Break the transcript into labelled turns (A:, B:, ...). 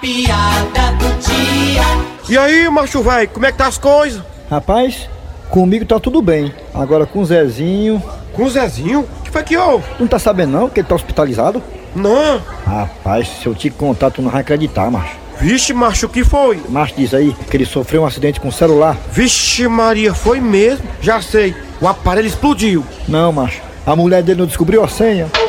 A: piada do dia.
B: E aí, macho velho, como é que tá as coisas?
C: Rapaz, comigo tá tudo bem. Agora com o Zezinho.
B: Com o Zezinho? O que foi que houve?
C: Tu Não tá sabendo não que ele tá hospitalizado?
B: Não.
C: Rapaz, se eu te contar, tu não vai acreditar, macho.
B: Vixe, macho, o que foi?
C: Macho diz aí que ele sofreu um acidente com o celular.
B: Vixe, Maria, foi mesmo? Já sei, o aparelho explodiu.
C: Não, macho. A mulher dele não descobriu a senha.